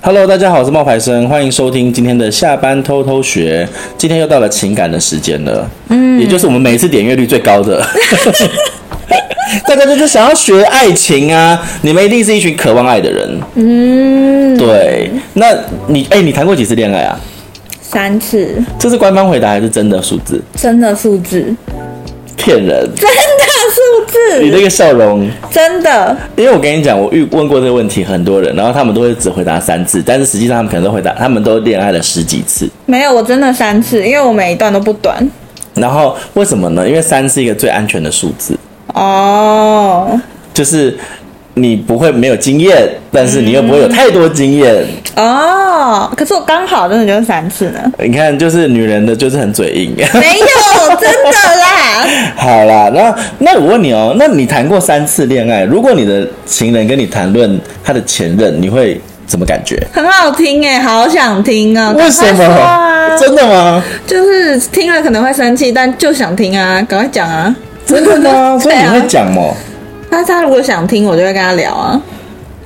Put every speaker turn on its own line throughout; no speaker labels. Hello，大家好，我是冒牌生，欢迎收听今天的下班偷偷学。今天又到了情感的时间了，嗯，也就是我们每一次点阅率最高的。 大家就是想要学爱情啊，你们一定是一群渴望爱的人。嗯，对。那你哎、你谈过几次恋爱啊？
三次，
这是官方回答还是真的数字？
真的数字，
骗人！
真的数
你
字，
那个笑容，
真的
因为我跟你讲，我遇问过这个问题很多人，然后他们都会只回答三次，但是实际上他们可能都回答，他们都恋爱了十几次。
没有，我真的三次，因为我每一段都不短
然后为什么呢？因为三是一个最安全的数字，
哦
就是你不会没有经验，但是你又不会有太多经验。
哦。可是我刚好真的就是三次 呢，
你看，就是女人的就是很嘴硬。
没有，真的啦，
好啦，那那我问你哦，那你谈过三次恋爱，如果你的情人跟你谈论他的前任，你会怎么感觉？
很好听哎，好想听啊，
为什
赶快说
么？
啊？
真的吗？
就是听了可能会生气，但就想听啊，赶快讲啊。
真的 吗？所以你会讲哦。
但是他如果想听，我就会跟他聊啊，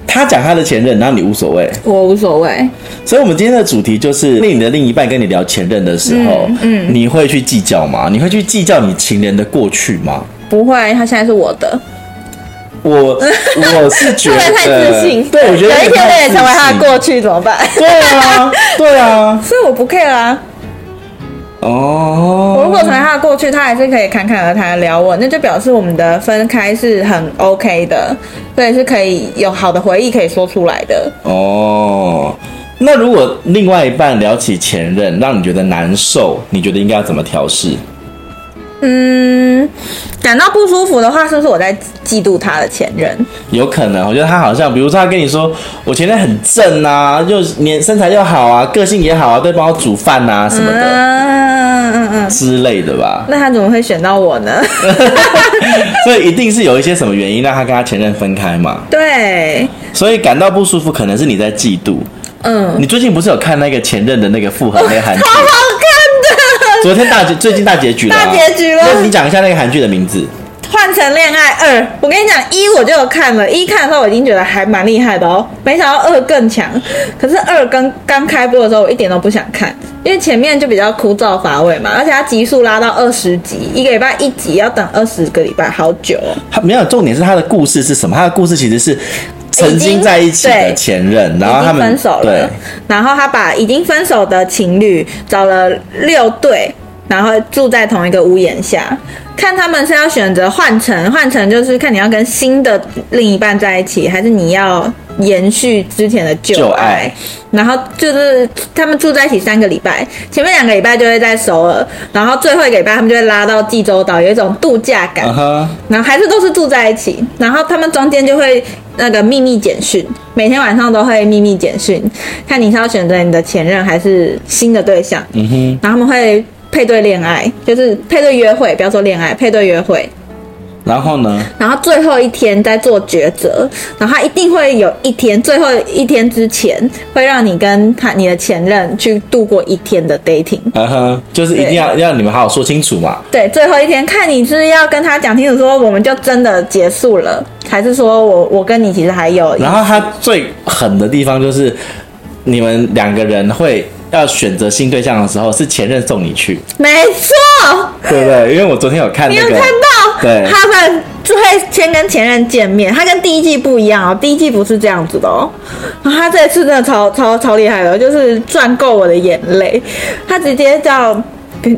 他讲他的前任，然后你无所谓。
我无所谓。
所以，我们今天的主题就是，令你的另一半跟你聊前任的时候，嗯，你会去计较吗？你会去计较你情人的过去吗？
不会，他现在是我的，
我我是觉
会
得，
不会太自信？
对，我觉得
有一天我也
太自
成为他的
信。
过去怎么办？
对啊，对啊，
所以我不 care 啊，我如
哦，
果成为他的过去，他还是可以侃侃而谈地聊我，那就表示我们的分开是很 OK 的，所以是可以有好的回忆可以说出来的。
哦。那如果另外一半聊起前任，让你觉得难受，你觉得应该要怎么调试？
嗯，感到不舒服的话，是不是我在嫉妒他的前任？
有可能，我觉得他好像，比如说他跟你说，我前任很正啊，又年身材又好啊，个性也好啊，都会帮我煮饭啊什么
嗯
的、
嗯嗯嗯，
之类的吧。
那他怎么会选到我 呢？
所以一定是有一些什么原因让他跟他前任分开嘛，
对，
所以感到不舒服，可能是你在嫉妒。
嗯，
你最近不是有看那个前任的那个复合那个 韩剧？
好看
昨天大结，最近大结局了、啊
大结局了
那你讲一下那个韩剧的名字。
的。换成恋爱二，我跟你讲，一我就有看了，一看的时候我已经觉得还蛮厉害的哦，没想到二更强。可是二刚刚开播的时候，我一点都不想看，因为前面就比较枯燥乏味嘛，而且它集数拉到二十集，一个礼拜一集，要等二十个礼拜，好久、哦。
他没有重点是他的故事是什么？他的故事其实是曾经在一起的前任，然后
已
他
经
们
分手
对
了，然后他把已经分手的情侣找了六对，然后住在同一个屋檐下，看他们是要选择换乘，换乘就是看你要跟新的另一半在一起，还是你要延续之前的旧
旧
爱。
爱
然后就是他们住在一起三个礼拜，前面两个礼拜就会在首尔，然后最后一个礼拜他们就会拉到济州岛，有一种度假感。
嗯哼，
然后还是都是住在一起，然后他们中间就会那个秘密简讯，每天晚上都会秘密简讯，看你是要选择你的前任还是新的对象，
嗯哼，
然后他们会配对恋爱，就是配对约会，不要说恋爱，配对约会，
然后呢？
然后最后一天再做抉择，然后他一定会有一天，最后一天之前会让你跟他你的前任去度过一天的 dating。
嗯哼，就是一定要要你们好好说清楚嘛。
对，最后一天看你是要跟他讲清楚，说我们就真的结束了，还是说我我跟你其实还有
然后他最狠的地方就是，你们两个人会要选择新对象的时候，是前任送你去，
没错，
对不对？因为我昨天有看
你
那
有
个，
看到，
对
他们就会先跟前任见面，他跟第一季不一样哦，第一季不是这样子的哦，然后他这次真的超超超厉害的，就是赚够我的眼泪，他直接叫。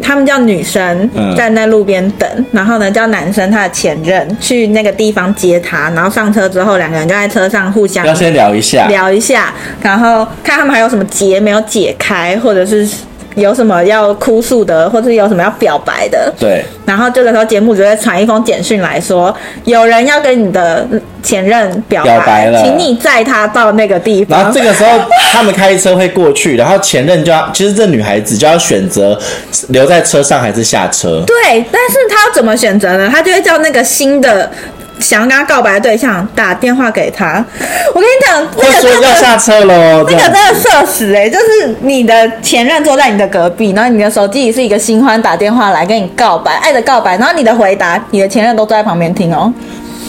他们叫女生
嗯
站在路边等，然后呢叫男生他的前任去那个地方接他，然后上车之后两个人就在车上互相
要先聊一下，
聊一下，然后看他们还有什么结没有解开，或者是有什么要哭诉的，或者是有什么要表白的。
对，
然后这个时候节目就会传一封简讯来说，有人要跟你的前任表白，
表白了
请你载他到那个地
然后
方。
这个时候他们开车会过去，然后前任就要，其实这女孩子就要选择留在车上还是下车。
对，但是他要怎么选择呢？他就会叫那个新的想要跟他告白的对象打电话给他。我跟你讲，那
会
个
说
真
要
的
下车喽，这
这个
样
真的社死哎、就是你的前任坐在你的隔壁，然后你的手机里是一个新欢打电话来跟你告白，爱的告白，然后你的回答，你的前任都坐在旁边听哦。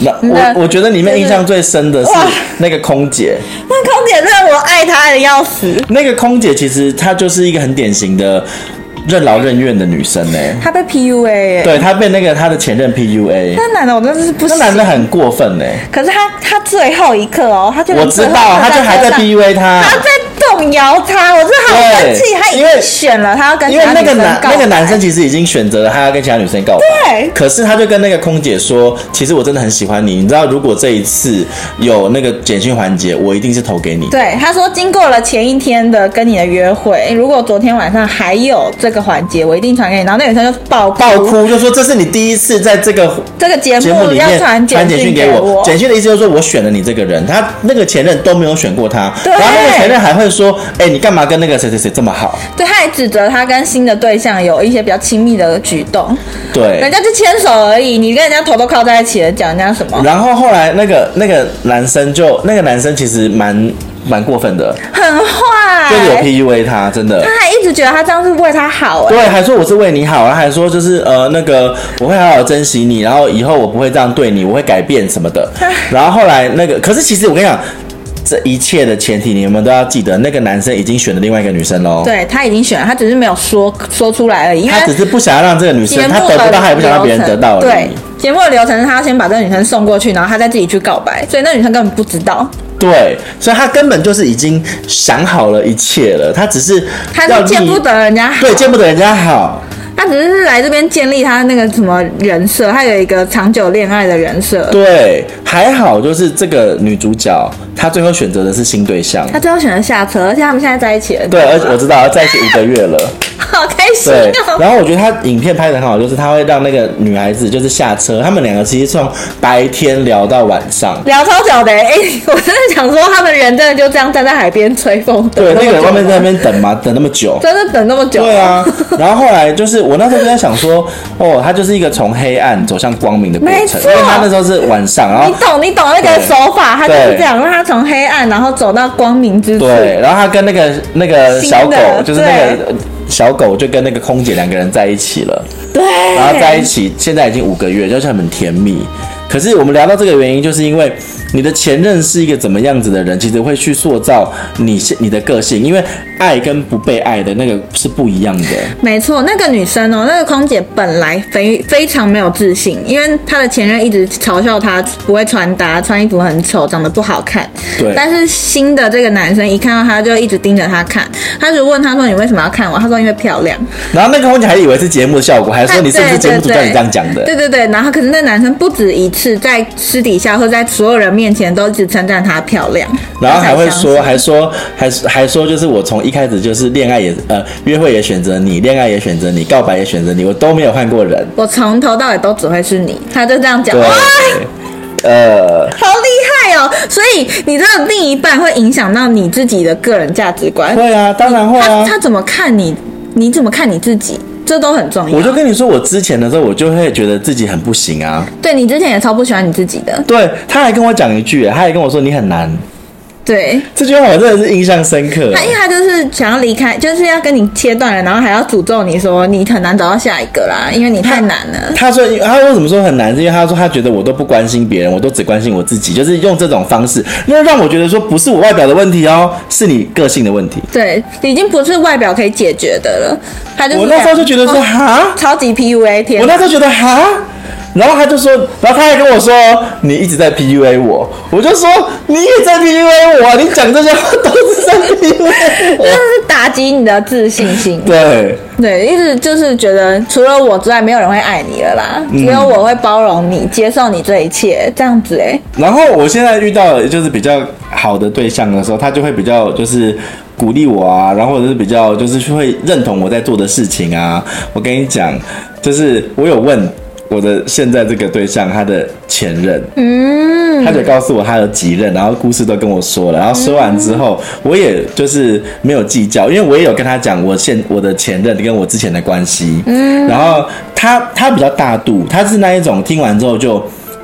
那
那
我我觉得里面印象最深的是
哇
那个空姐，
那空姐让我爱爱他的要死。
那个空姐其实她就是一个很典型的任劳任怨的女生哎、
他被 PUA 耶、
对她被那个她的前任 PUA，
那男的我真的是不
那
行。
男的很过分哎、
可是他他最后一刻哦，他就
我知道，他
他
就还在 PUA 她，
他在动摇他，我真的好生气。
对
他已
因为
经选了，他要跟
因为
其他
那个
女生
男
告白
那个男生其实已经选择了他要跟其他女生告白
对，
可是他就跟那个空姐说，其实我真的很喜欢你，你知道如果这一次有那个简讯环节，我一定是投给你。
对他说，经过了前一天的跟你的约会，如果昨天晚上还有这个环节，我一定传给你。然后那女生就爆哭
爆哭就说这是你第一次在这个
这个节
节目
目
里
哎要
面
传
传简
讯
讯给
我
我，，简讯的意思就是说我选了你这个人，他那个前任都没有选过他，
对
然后那个前任还会说，哎、你干嘛跟那个谁谁谁这么好？
对，他还指责他跟新的对象有一些比较亲密的举动，人
对。
家就牵手而已，你跟人家头都靠在一起了，讲人家什么？
然后后来那个那个男生就那个男生其实蛮蛮过分的，
很
就是有
坏，
PUA 他，真的
他。还一直觉得他这样是为他好、哎，
对，还说我是为你好，然后还说就是呃那个我会好好珍惜你，然后以后我不会这样对你，我会改变什么 的。然后后来那个，可是其实我跟你讲，这一切的前提你们都要记得，那个男生已经选了另外一个女生喽。
对他已经选了，他只是没有说说出来而已，因为
他只是不想要让这个女生
节，目
他
的
得不到，他也不想让别人得到而已。
流程对，节目的流程是他要先把这个女生送过去，然后他再自己去告白，所以那女生根本不知道，
对，所以他根本就是已经想好了一切了，他只是
他
要
是见
利
不得人家好，
对见不得人家好。
他只是来这边建立他那个什么人设，他有一个长久恋爱的人设。
对，还好就是这个女主角，她最后选择的是新对象。
他最后选择下车，而且他们现在在一起了，
对，而且我知道在一起五个月了。
好开心
对，
哦！
然后我觉得他影片拍的很好，就是他会让那个女孩子就是下车，他们两个其实从白天聊到晚上。
聊超久的、欸，哎、我真的想说，他们人真的就这样站在海边吹风，等
对，那个
么
人
久
外面在那边等嘛，等那么久。
真的等那么久，
对啊，然后后来就是我那时候就在想说，哦，他就是一个从黑暗走向光明的过
没
程，
错
因为他那时候是晚上，然
你
后
懂，你懂那个
对
手法，他就是
啊对
这样，让他从黑暗然后走到光明之处。
对，然后他跟那个那个
新的
小狗，就是那
对
个呃小狗就跟那个空姐两个人在一起了，
对，
然后在一起，现在已经五个月，就是很甜蜜。可是我们聊到这个原因，就是因为你的前任是一个怎么样子的人，其实会去塑造你现你的个性，因为爱跟不被爱的那个是不一样的。
没错，那个女生哦，那个空姐本来非非常没有自信，因为她的前任一直嘲笑她不会穿搭，穿衣服很丑，长得不好看。
对
但是新的这个男生一看到她就一直盯着她看，他就问她说：“你为什么要看我？”她说：“因为漂亮。
然后那个空姐还以为是节目的效果，还”说你是不是节目组叫你这样讲的？
啊对对对，然后可是那男生不止一次在私底下或在所有人面前都一直称赞她漂亮，
然后还会
她才相信
说，还说，还还说，就是我从一开始就是恋爱也呃约会也选择你，恋爱也选择你，告白也选择你，我都没有换过人。
我从头到尾都只会是你，他就这样讲，
对
哇，，
呃，
好厉害哦！所以你这个另一半会影响到你自己的个人价值观，
会啊，当然会
他
啊。
他怎么看你，你怎么看你自己，这都很重要。
我就跟你说，我之前的时候，我就会觉得自己很不行啊。
对你之前也超不喜欢你自己的，
对，他还跟我讲一句，他还跟我说你很难，
对
这句话我真的是印象深刻。
他，因为他就是想要离开，就是要跟你切断了，然后还要诅咒你说你很难找到下一个啦，因为你太难 了。
他说，他为什么说很难？是因为他说他觉得我都不关心别人，我都只关心我自己，就是用这种方式，那让我觉得说不是我外表的问题哦，是你个性的问题。
对，已经不是外表可以解决的了，他就是
我那时候
这
就
样
觉得说
哦
哈，
超级 PUA 天
我那时候觉得哈，然后他就说，然后他还跟我说你一直在 PUA 我，我就说你也在 PUA 我，你讲这些话都是在 PUA
真
我。。
的是打击你的自信心
对，
对，一直就是觉得除了我之外，没有人会爱你了啦，
嗯
只有我会包容你，接受你这一切，这样子哎、
然后我现在遇到的就是比较好的对象的时候，他就会比较就是鼓励我啊，然后或者是比较就是会认同我在做的事情啊。我跟你讲，就是我有问我的现在这个对象他的前任，嗯，他就告诉我他有几任，然后故事都跟我说了，然后说完之后，我也就是没有计较，因为我也有跟他讲我现我的前任跟我之前的关系，嗯，然后他他比较大度，他是那一种听完之后就。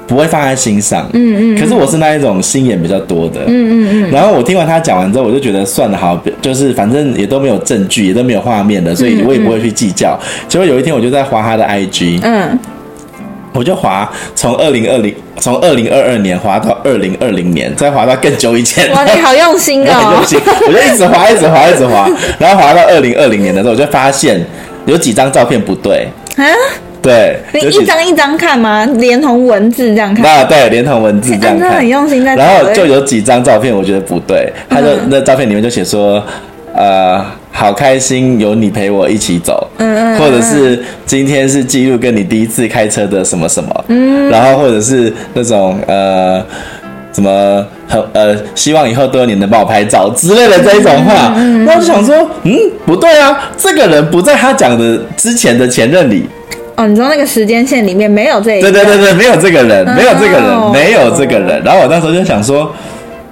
不会放在心上，嗯嗯可是我是那一种心眼比较多的，嗯嗯嗯。然后我听完他讲完之后，我就觉得算了，好，就是反正也都没有证据，也都没有嗯 画面的，所以我也不会去计较。结果有一天我就在划他的 IG，
嗯，
我就滑从二零二零从二零二二年滑到二零二零年，再滑到更久以前。
哇，你好用心
然后
哦
我！就我就一直滑，一直滑，一直滑，然后滑到二零二零年的时候，我就发现有几张照片不对，
啊，
对，
你
有几
一张一张看吗？连同文字这样看，
那对连同文字这样
哎真的
看
很，用心在找。欸
然后就有几张照片我觉得不对，他就
嗯
那照片里面就写说，呃，好开心有你陪我一起走，
嗯嗯
或者是今天是记录跟你第一次开车的什么什么，嗯，然后或者是那种呃。什么很呃，希望以后都有你能帮我拍照之类的这一种话，那我就想说，嗯，不对啊，这个人不在他讲的之前的前任里，
哦，你知道那个时间线里面没有嗯这一
对对对对，没有这个人，没有这个
哦
人，没有这个人。然后我那时候就想说，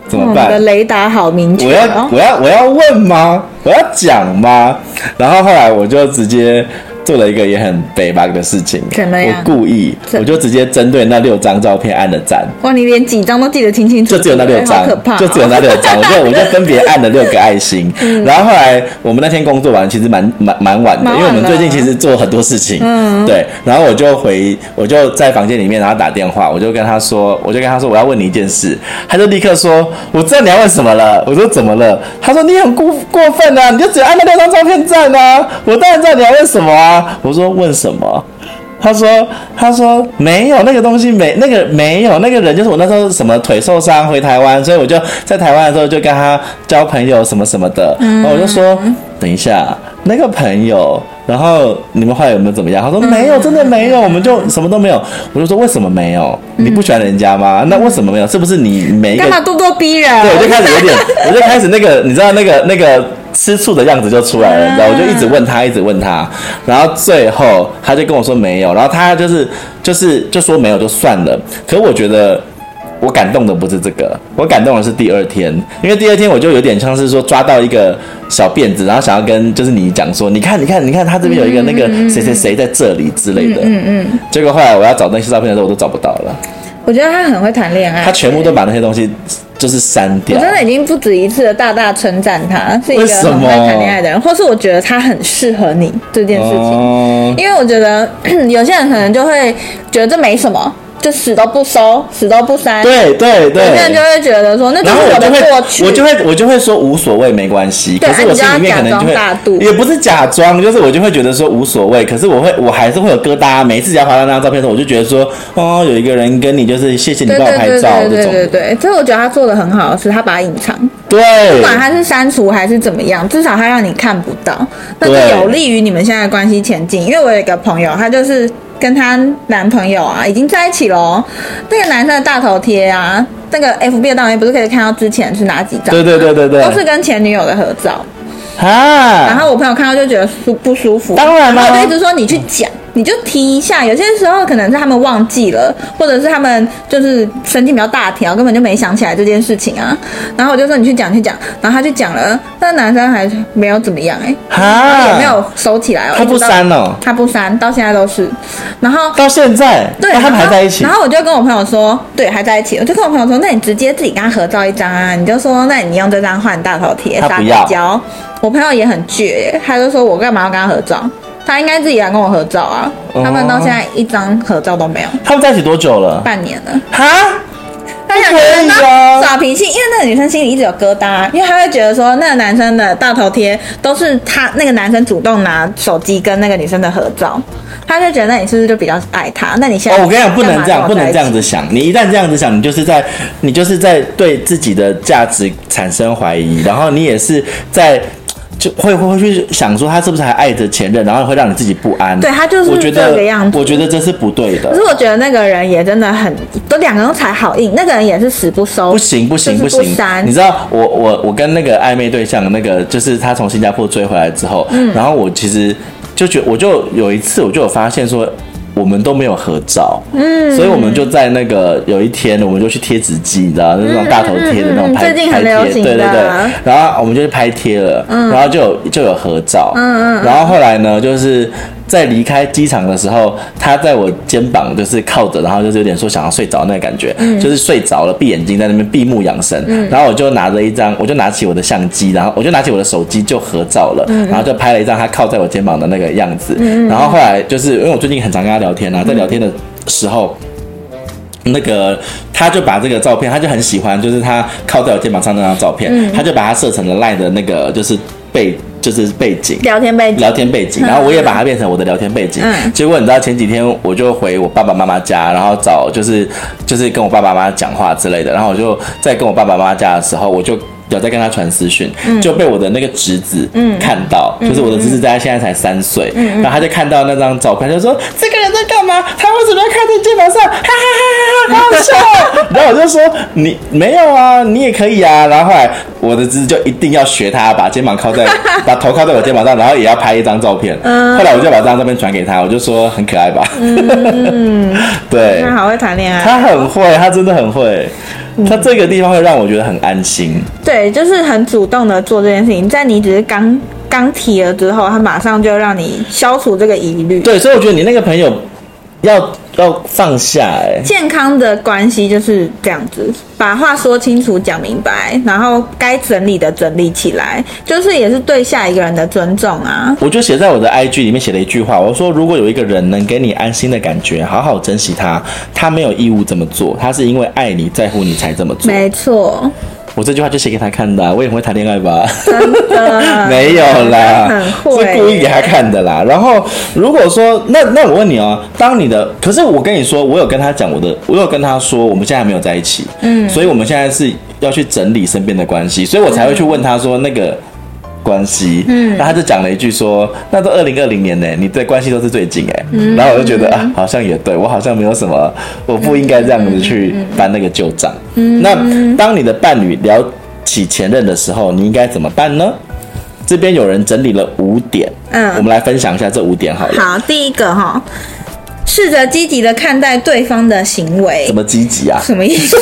怎
哦
么
你
办
的？雷达好明确
我要
哦。
我要我要问吗？我要讲吗？然后后来我就直接做了一个也很北吧的事情，
怎么样
我故意，
怎
我就直接针对那六张照片按了赞，
哇，你连几张都记得清清楚楚，
就只有那六
哎
张
好可怕哦，
就只有那六张，我就我就分别按了六个爱 心。然后后来我们那天工作完，其实蛮蛮蛮晚的，
嗯蛮晚
因为我们
了
最近其实做很多事情，
嗯
对。然后我就回，我就在房间里面，然后打电话，我就跟他说，我就跟他说我要问你一件事，他就立刻说，我知道你要问什么了。我说怎么了？他说你很过过分啊，你就只按那六张照片赞啊，我当然知道你要问什么啊。我说问什么？他说：“他说没有那个东西没那个没有那个人，就是我那时候什么腿受伤回台湾，所以我就在台湾的时候就跟他交朋友什么什么的。然后我就说，等一下那个朋友，然后你们后来有没有怎么样？他说没有，真的没有，我们就什么都没有。我就说为什么没有？你不喜欢人家吗？那为什么没有？是不是你每一个
干嘛咄咄逼人？
对，我就开始有点，我就开始那个，你知道那个那个吃醋的样子就出来了，你知道，我就一直问他，一直问他，然后最后他就跟我说没有，然后他就是就是就说没有就算了，可我觉得。我感动的不是这个，我感动的是第二天，因为第二天我就有点像是说抓到一个小辫子，然后想要跟就是你讲说，你看你看你看，他这边有一个那个谁谁谁在这里之类的，嗯嗯，结果后来我要找那些照片的时候，我都找不到了，
我觉得他很会谈恋爱，
他全部都把那些东西就是删掉，
我真的已经不止一次的大大称赞他是一个
为什
很
么
会谈恋爱的人，或是我觉得他很适合你这件事情，
哦
因为我觉得 有些人可能就会觉得这没什么，就死都不收，死都不删。
对对对
有。些人就会觉得说，那就
然
是
后我
的
就会
过，去，
我就会，我就会说无所谓，没关系。
对
可是我心里面可能就
你就要假装大度
会，也不是假装，就是我就会觉得说无所谓。可是我会，我还是会有疙瘩。每一次只要滑到那张照片的时候，我就觉得说，哦，有一个人跟你，就是谢谢你
对
帮我
对
拍
对
照
对
这
对
种。
对对，所以我觉得他做的很好，是他把它隐藏，不
对，
管他是删除还是怎么样，至少他让你看不到，那
对
就有利于你们现在的关系前进。因为我有一个朋友，她就是跟她男朋友啊已经在一起了哦，那个男生的大头贴啊，那个 FB 的大头贴不是可以看到之前是哪几张？
对对对对对
都是跟前女友的合照。
啊，
然后我朋友看到就觉得舒不舒服，
当然啦啊
后就一直说你去讲，你就提一下。有些时候可能是他们忘记了，或者是他们就是神经比较大条，根本就没想起来这件事情啊。然后我就说你去讲去讲，然后他去讲了，那男生还没有怎么样哎、
啊
也没有收起来哦，
他不
一直到
删哦
他不删，到现在都是。然后
到现在，
对，
哦那他们
然
还
后
在一起
然。后我就跟我朋友说，对，还在一起。我就跟我朋友说，那你直接自己跟他合照一张啊，你就说，那你用这张换大头贴，
他
撒
不要
个胶。我朋友也很倔耶，他就说我干嘛要跟他合照？他应该自己来跟我合照啊。
哦
他们到现在一张合照都没有，
他们在一起多久了？
半年了。
哈，
他想
不可以
跟他
啊
耍脾气，因为那个女生心里一直有疙瘩，啊因为她会觉得说那个男生的大头贴都是他那个男生主动拿手机跟那个女生的合照，他就觉得那你是不是就比较爱他？那你现在
哦，我跟你讲，不能这
干嘛
样，
跟我
不能这
在一起
样子想。你一旦这样子想，你就是在，你就是在对自己的价值产生怀疑，然后你也是在。就会会会去想说他是不是还爱着前任，然后会让你自己不安。
对他就是
我觉得
这个样子
我觉得这是不对
可
的
是，我觉得那个人也真的很，都两个人都踩好硬，那个人也是死不收，
不行不行
就是
行
删。。
你知道我我我跟那个暧昧对象，那个就是他从新加坡追回来之后，
嗯
然后我其实就觉我就有一次我就有发现说。我们都没有合照，嗯，所以我们就在那个有一天，我们就去贴纸机，你知道，那种大头贴的那
嗯嗯嗯
种拍
最近很
拍贴，
流行
对对
的
对，然后我们就去拍贴了，然后就有就有合照，嗯嗯嗯，然后后来呢，就是在离开机场的时候，他在我肩膀就是靠着，然后就是有点说想要睡着那个感觉，就是睡着了，闭眼睛在那边闭目养神，然后我就拿着一张，我就拿起我的相机，然后我就拿起我的手机就合照了，然后就嗯拍了一张他靠在我肩膀的那个样子，然后后来就是因为我最近很常跟他聊天啊，在聊天的。时候，那个他就把这个照片，他就很喜欢，就是他靠在我肩膀上那张照片，他就把它设成了赖的那个就是背就是背景。
聊天背景，
聊天背景，然后我也把它变成我的聊天背景。
嗯
结果你知道前几天我就回我爸爸妈妈家，然后找就是就是跟我爸爸妈妈讲话之类的，然后我就在跟我爸爸妈妈家的时候，我就。有在跟他传私讯，就被我的那个侄子看到，就是我的侄子在他现在才三岁，然后他就看到那张照片，就说这个人在干嘛？他为什么要靠在肩膀上？哈哈哈哈哈，好好笑哦！然后我就说你没有啊，你也可以啊。然后后来我的侄子就一定要学他，把肩膀靠在，把头靠在我肩膀上，然后也要拍一张照片。后来我就把这张照片传给他，我就说很可爱吧。 对，
他好会谈恋爱，
他很会，他真的很会。他这个地方会让我觉得很安心。
对，就是很主动的做这件事情，在你只是刚刚提了之后，他马上就让你消除这个疑虑。
对，所以我觉得你那个朋友要要放下、欸，
健康的关系就是这样子，把话说清楚、讲明白，然后该整理的整理起来，就是也是对下一个人的尊重啊。
我就写在我的 IG 里面写了一句话，我说如果有一个人能给你安心的感觉，好好珍惜他，他没有义务这么做，他是因为爱你在乎你才这么做。
没错，
我这句话就写给他看的啊、我也很会谈恋爱吧？
真的
没有啦，
嗯很会
是故意给他看的啦。然后如果说那那我问你哦，当你的可是我跟你说，我有跟他讲我的，我有跟他说我们现在还没有在一起，嗯，所以我们现在是要去整理身边的关系，所以我才会去问他说那个。关系，嗯，那他就讲了一句说，那都二零二零年呢，你对关系都是最近哎，然后我就觉得啊，好像也对我好像没有什么，我不应该这样子去翻那个旧账。嗯，那当你的伴侣聊起前任的时候，你应该怎么办呢？这边有人整理了五点，
嗯
我们来分享一下这五点好了。
好，第一个哈，试着积极的看待对方的行为
怎。么积极啊？
什么意思？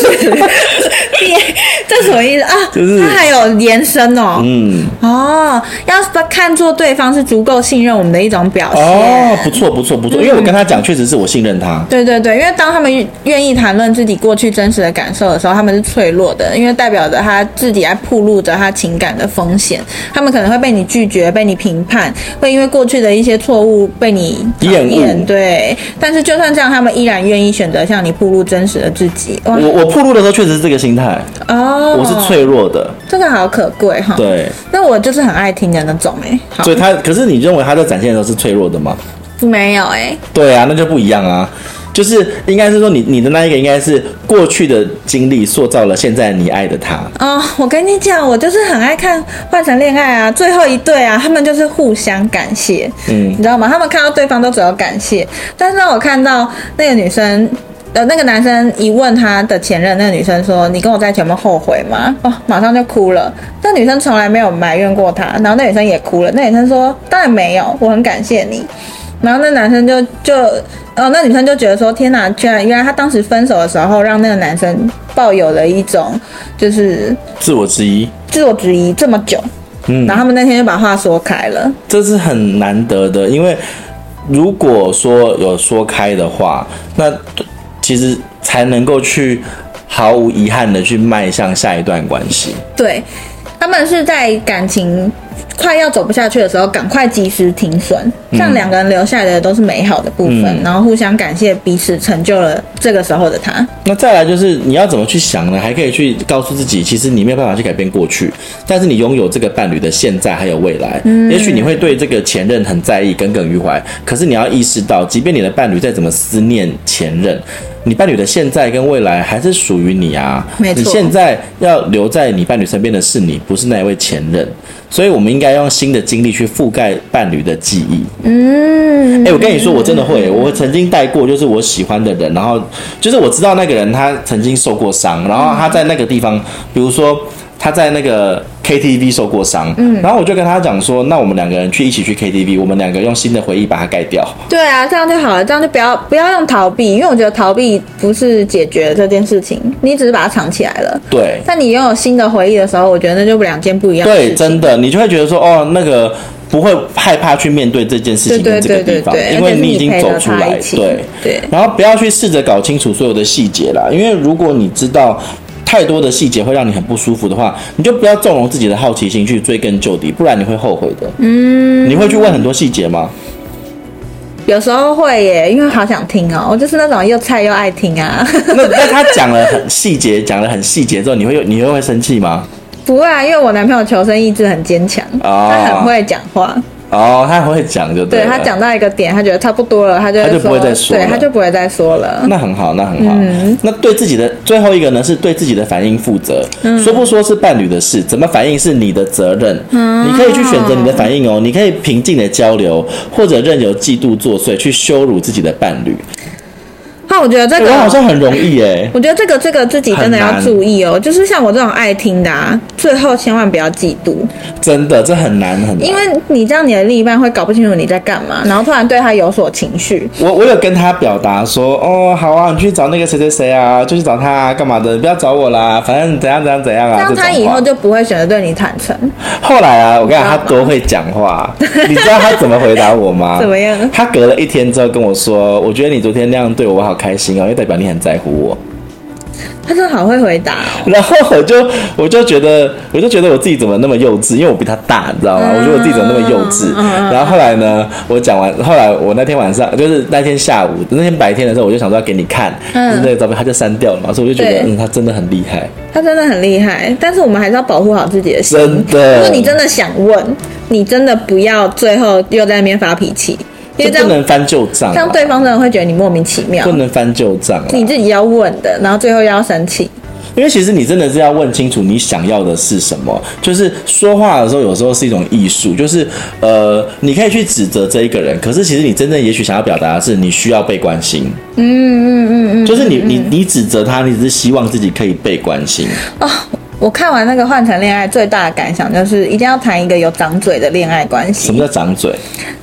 第 这什么意思啊？
就是
它还有延伸哦。
嗯，
哦，要是看作对方是足够信任我们的一种表现。
哦，不错不错不错，因为我跟他讲，确实是我信任他。
对对对，因为当他们愿意谈论自己过去真实的感受的时候，他们是脆弱的，因为代表着他自己在暴露着他情感的风险，他们可能会被你拒绝、被你评判，会因为过去的一些错误被你讨厌
厌恶
对，但是就算这样，他们依然愿意选择向你暴露真实的自己。哇
我我铺路的时候确实是这个心态，
哦，
我是，脆弱的，
这个好可贵哈。，
对，
那我就是很爱听的那种哎、好
所，以他可是你认为他在展现的时候是脆弱的吗？
没有哎、
对啊，那就不一样啊。就是应该是说你你的那一个应该是过去的经历塑造了现在你爱的他，
哦，我跟你讲，我就是很爱看《换成恋爱》啊，最后一对啊，他们就是互相感谢，
嗯
你知道吗？他们看到对方都只有感谢，但是当我看到那个女生。呃，那个男生一问他的前任，那个女生说：“你跟我在一起有没有后悔吗？”哦，马上就哭了。那女生从来没有埋怨过他，然后那女生也哭了。那女生说：“当然没有，我很感谢你。”然后那男生就就，哦，那女生就觉得说，天哪，居然原来他当时分手的时候，让那个男生抱有了一种就是
自我之一，
自我质疑这么久，
嗯
然后他们那天就把话说开了，
这是很难得的，因为如果说有说开的话，那其实才能够去毫无遗憾的去迈向下一段关系。
对他们是在感情快要走不下去的时候，赶快及时停损，这样两个人留下来的都是美好的部分，
嗯
然后互相感谢彼此成就了这个时候的他，
那再来就是你要怎么去想呢？还可以去告诉自己，其实你没有办法去改变过去，但是你拥有这个伴侣的现在还有未来。嗯，也许你会对这个前任很在意，耿耿于怀。可是你要意识到，即便你的伴侣再怎么思念前任，你伴侣的现在跟未来还是属于你啊。
没错
你现在要留在你伴侣身边的是你，不是那一位前任。所以我们应该用新的精力去覆盖伴侣的记忆。
嗯
哎、，我跟你说，我真的会，我曾经带过，就是我喜欢的人，然后就是我知道那个人他曾经受过伤，然后他在那个地方，比如说他在那个 KTV 受过伤，嗯，然后我就跟他讲说，那我们两个人去一起去 KTV，我们两个用新的回忆把它盖掉。
对啊，这样就好了，这样就不要不要用逃避，因为我觉得逃避不是解决这件事情，你只是把它藏起来了。
对，
但你拥有新的回忆的时候，我觉得那就两件不一样的事
对，
情。
真的，你就会觉得说，哦，那个不会害怕去面对这件事情
对
跟这
对
个
对
地方，
对对
因
而
为
且是
你
你
已经
陪
走
着
出
他
来
一，起
对
对
然后不要去试着搞清楚所有的细节啦，因为如果你知道。太多的细节会让你很不舒服的话，你就不要纵容自己的好奇心去追根究底，不然你会后悔的。嗯，你会去问很多细节吗？
有时候会耶，因为好想听哦、我就是那种又菜又爱听啊。
那那他讲了很细节，讲了很细节之后，你会有你会会生气吗？
不会啊，因为我男朋友求生意志很坚强，
哦
他很会讲话。
哦，他会讲就
对
了。
他讲到一个点，他觉得差不多了，他就会
啊他就不会再说了
对，他就不会再说了。
那很好，那很好。
嗯
那对自己的最后一个呢，是对自己的反应负责。
嗯
说不说是伴侣的事，怎么反应是你的责任。
啊
你可以去选择你的反应哦，你可以平静的交流，或者任由嫉妒作祟去羞辱自己的伴侣。
那我觉得这
哎我
个
好像很容易耶、
我觉得这个这个自己真的要注意哦，就是像我这种爱听的啊，最后千万不要嫉妒，
真的，这很难很难。
因为你这样你的另一半会搞不清楚你在干嘛，然后突然对他有所情绪。
我我有跟他表达说，哦，好啊，你去找那个谁谁谁啊，就去找他啊，干嘛的？不要找我啦，反正怎样怎样怎样
这
啊。
样
这
他
种
以
话
后就不会选择对你坦诚。
后来啊，我跟你讲，他多会讲 话，你知道他怎么回答我吗？
怎么样
他隔了一天之后跟我说，我觉得你昨天那样对我，我好开心哦，因为代表你很在乎 我。
他真的好会回答哦、
然后我就我就觉得我就觉得我自己怎么那么幼稚，因为我比他大，你知道吗？
嗯
我觉得我自己怎么那么幼稚。然后后来呢，我讲完，后来我那天晚上就是那天下午那天白天的时候，我就想说要给你看，就是那个照片，他就删掉了嘛，所以我就觉得
嗯对
嗯，他真的很厉害，
他真的很厉害，但是我们还是要保护好自己的心。
真
如
的
果。你真的想问，你真的不要最后又在那边发脾气，因为这
就不
样
能翻旧账啊，
这样对方真的会觉得你莫名其妙
不。能翻旧账啊。
你自己要问的，然后最后又要生气。
因为其实你真的是要问清楚你想要的是什么。就是说话的时候，有时候是一种艺术，就是呃，你可以去指责这一个人，可是其实你真正也许想要表达的是，你需要被关心。嗯嗯嗯嗯，就是你你你指责他，你只是希望自己可以被关心。
哦我看完那个《换成恋爱》，最大的感想就是一定要谈一个有长嘴的恋爱关
什么
系，
叫长嘴？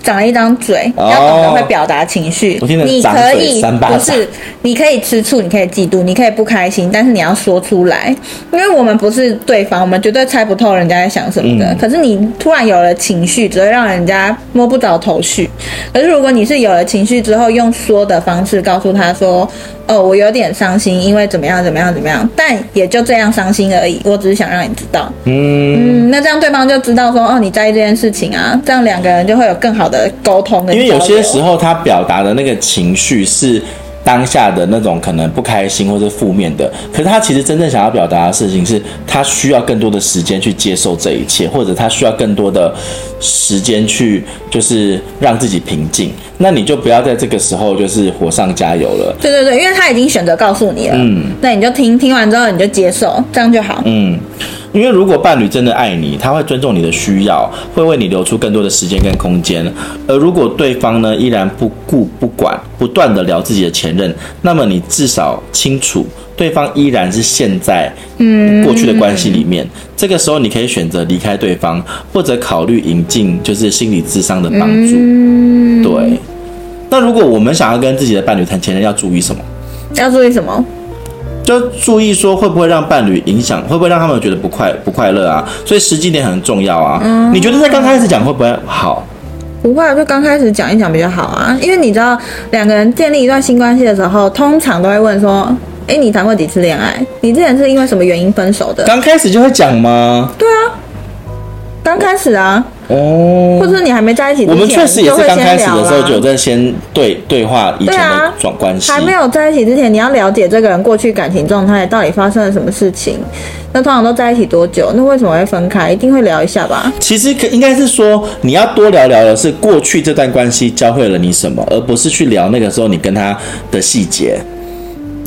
长了一张嘴，
哦
要懂得会表达情绪。
我听得
你
长嘴
可以
三巴掌
不是，你可以吃醋，你可以嫉妒，你可以不开心，但是你要说出来，因为我们不是对方，我们绝对猜不透人家在想什么的。
嗯
可是你突然有了情绪，只会让人家摸不着头绪。可是如果你是有了情绪之后，用说的方式告诉他说：“哦，我有点伤心，因为怎么样怎么样怎么样。”但也就这样伤心而已，我只是想让你知道。
嗯，
嗯，那这样对方就知道说，哦，你在意这件事情啊，这样两个人就会有更好的沟通跟
因为有些时
候，
候他表达的那个情绪是。当下的那种可能不开心或者负面的，可是他其实真正想要表达的事情是，他需要更多的时间去接受这一切，或者他需要更多的时间去就是让自己平静。那你就不要在这个时候就是火上加油了。
对对对，因为他已经选择告诉你了，嗯，那你就听听完之后你就接受，这样就好。
嗯，因为如果伴侣真的爱你，他会尊重你的需要，会为你留出更多的时间跟空间。而如果对方呢依然不顾不管，不断的聊自己的前任，那么你至少清楚对方依然是陷在嗯过去的关系里面。这个时候你可以选择离开对方，或者考虑引进就是心理智商的帮助。
嗯
对。那如果我们想要跟自己的伴侣谈前任，要注意什么？
要注意什么？
就注意说会不会让伴侣影响，会不会让他们觉得不快不快乐啊？所以时机点很重要啊。你觉得在刚开始讲会不会好？
不会啊，就刚开始讲一讲比较好啊，因为你知道两个人建立一段新关系的时候，通常都会问说，哎，你谈过几次恋爱？你之前是因为什么原因分手的？啊
刚开始就会讲吗？
刚开始啊，
哦
或，者是你还没在一起之
我
前，
们确实也是
就会
刚
先
开始
聊啊
的时候
啦
就有在先对对话以前
对
的
啊
状关系。
还没有在一起之前，你要了解这个人过去感情状态到底发生了什么事情。那通常都在一起多久？那为什么会分开？一定会聊一下吧。
其实可应该是说，你要多聊聊的是过去这段关系教会了你什么，而不是去聊那个时候你跟他的细节。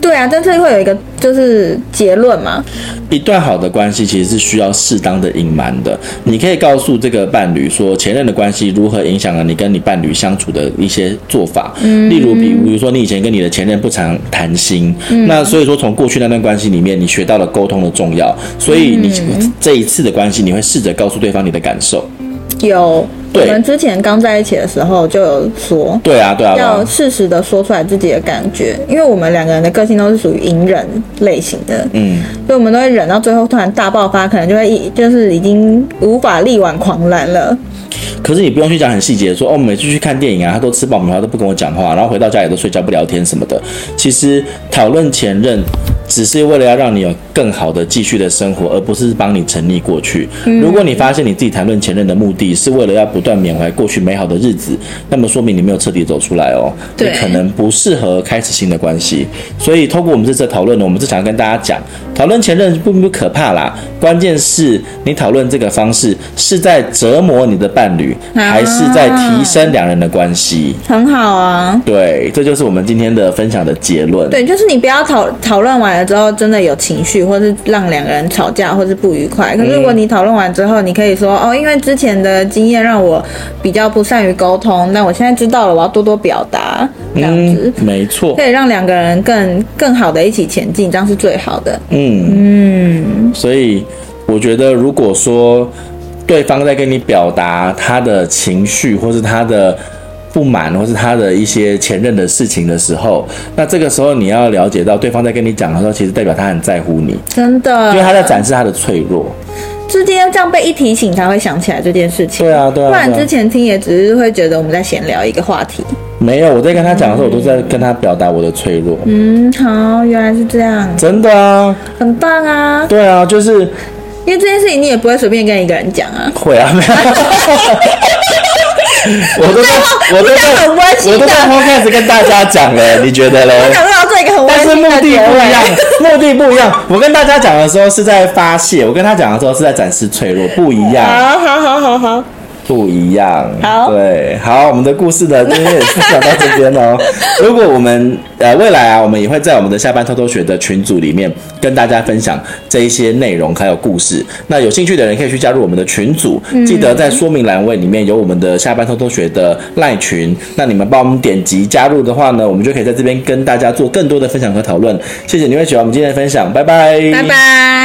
对啊，但是会有一个就是结论嘛。
一段好的关系其实是需要适当的隐瞒的。你可以告诉这个伴侣说，前任的关系如何影响了你跟你伴侣相处的一些做法。例如，比比如说你以前跟你的前任不常谈心，那所以说从过去那段关系里面，你学到了沟通的重要，所以你这一次的关系，你会试着告诉对方你的感受。
有我
对
们之前刚在一起的时候就有说，
对啊，对啊，对啊
要适时的说出来自己的感觉，因为我们两个人的个性都是属于隐忍类型的，
嗯，
所以我们都会忍到最后突然大爆发，可能就会一就是已经无法力挽狂澜了。
可是你不用去讲很细节，说哦，我们每次去看电影啊，他都吃爆米花都不跟我讲话，然后回到家也都睡觉不聊天什么的。其实讨论前任只是为了要让你有更好的继续的生活，而不是帮你沉溺过去。如果你发现你自己谈论前任的目的是为了要不断缅怀过去美好的日子，那么说明你没有彻底走出来哦，你
对
可能不适合开始新的关系。所以，透过我们这次的讨论呢，我们是想要跟大家讲，讨论前任并不可怕啦，关键是你讨论这个方式是在折磨你的伴侣，
啊
还是在提升两人的关系。
很好啊。
对，这就是我们今天的分享的结论。
对，就是你不要讨讨论完了之后真的有情绪，或是让两个人吵架，或是不愉
嗯
快。可是如果你讨论完之后，你可以说哦，因为之前的经验让我比较不善于沟通，那我现在知道了，我要多多表达，这样子、
嗯，没错。
可以让两个人更更好的一起前进，这样是最好的。
嗯，所以我觉得，如果说对方在跟你表达他的情绪，或是他的不满，或是他的一些前任的事情的时候，那这个时候你要了解到，对方在跟你讲的时候，其实代表他很在乎你，
真
因为
的，
他在展示他的脆弱。
是今天这样被一提醒才会想起来这件事情。
对啊，对
不
啊，
然
对
之
啊
前听也只是会觉得我们在闲聊一个话题。
没有我在跟他讲的时候，我都在跟他表达我的脆弱。
嗯，好，原来是这样，
真的啊，
很棒啊。
对啊，就是
因为这件事情你也不会随便跟一个人讲啊，
会啊，没有。我都在，我都
这样
在
很温馨
我都
的
在。podcast 跟大家讲了，你觉得
我
嘞？
想到做一个很温
但是
馨
目
的
的不一
结
样
尾。，
目的不一样。我跟大家讲的时候是在发泄，我跟他讲的时候是在展示脆弱，不一样，
好好好好好，
不一样。
好
对，好，我们的故事呢， 今天也是讲到这边哦。如果我们呃未来啊，我们也会在我们的下班偷偷学的群组里面跟大家分享这一些内容还有故事。那有兴趣的人可以去加入我们的群组，记得在说明栏位里面有我们的下班偷偷学的赖群。那你们帮我们点击加入的话呢，我们就可以在这边跟大家做更多的分享和讨论。谢谢你会喜欢我们今天的分享，拜拜，
拜拜。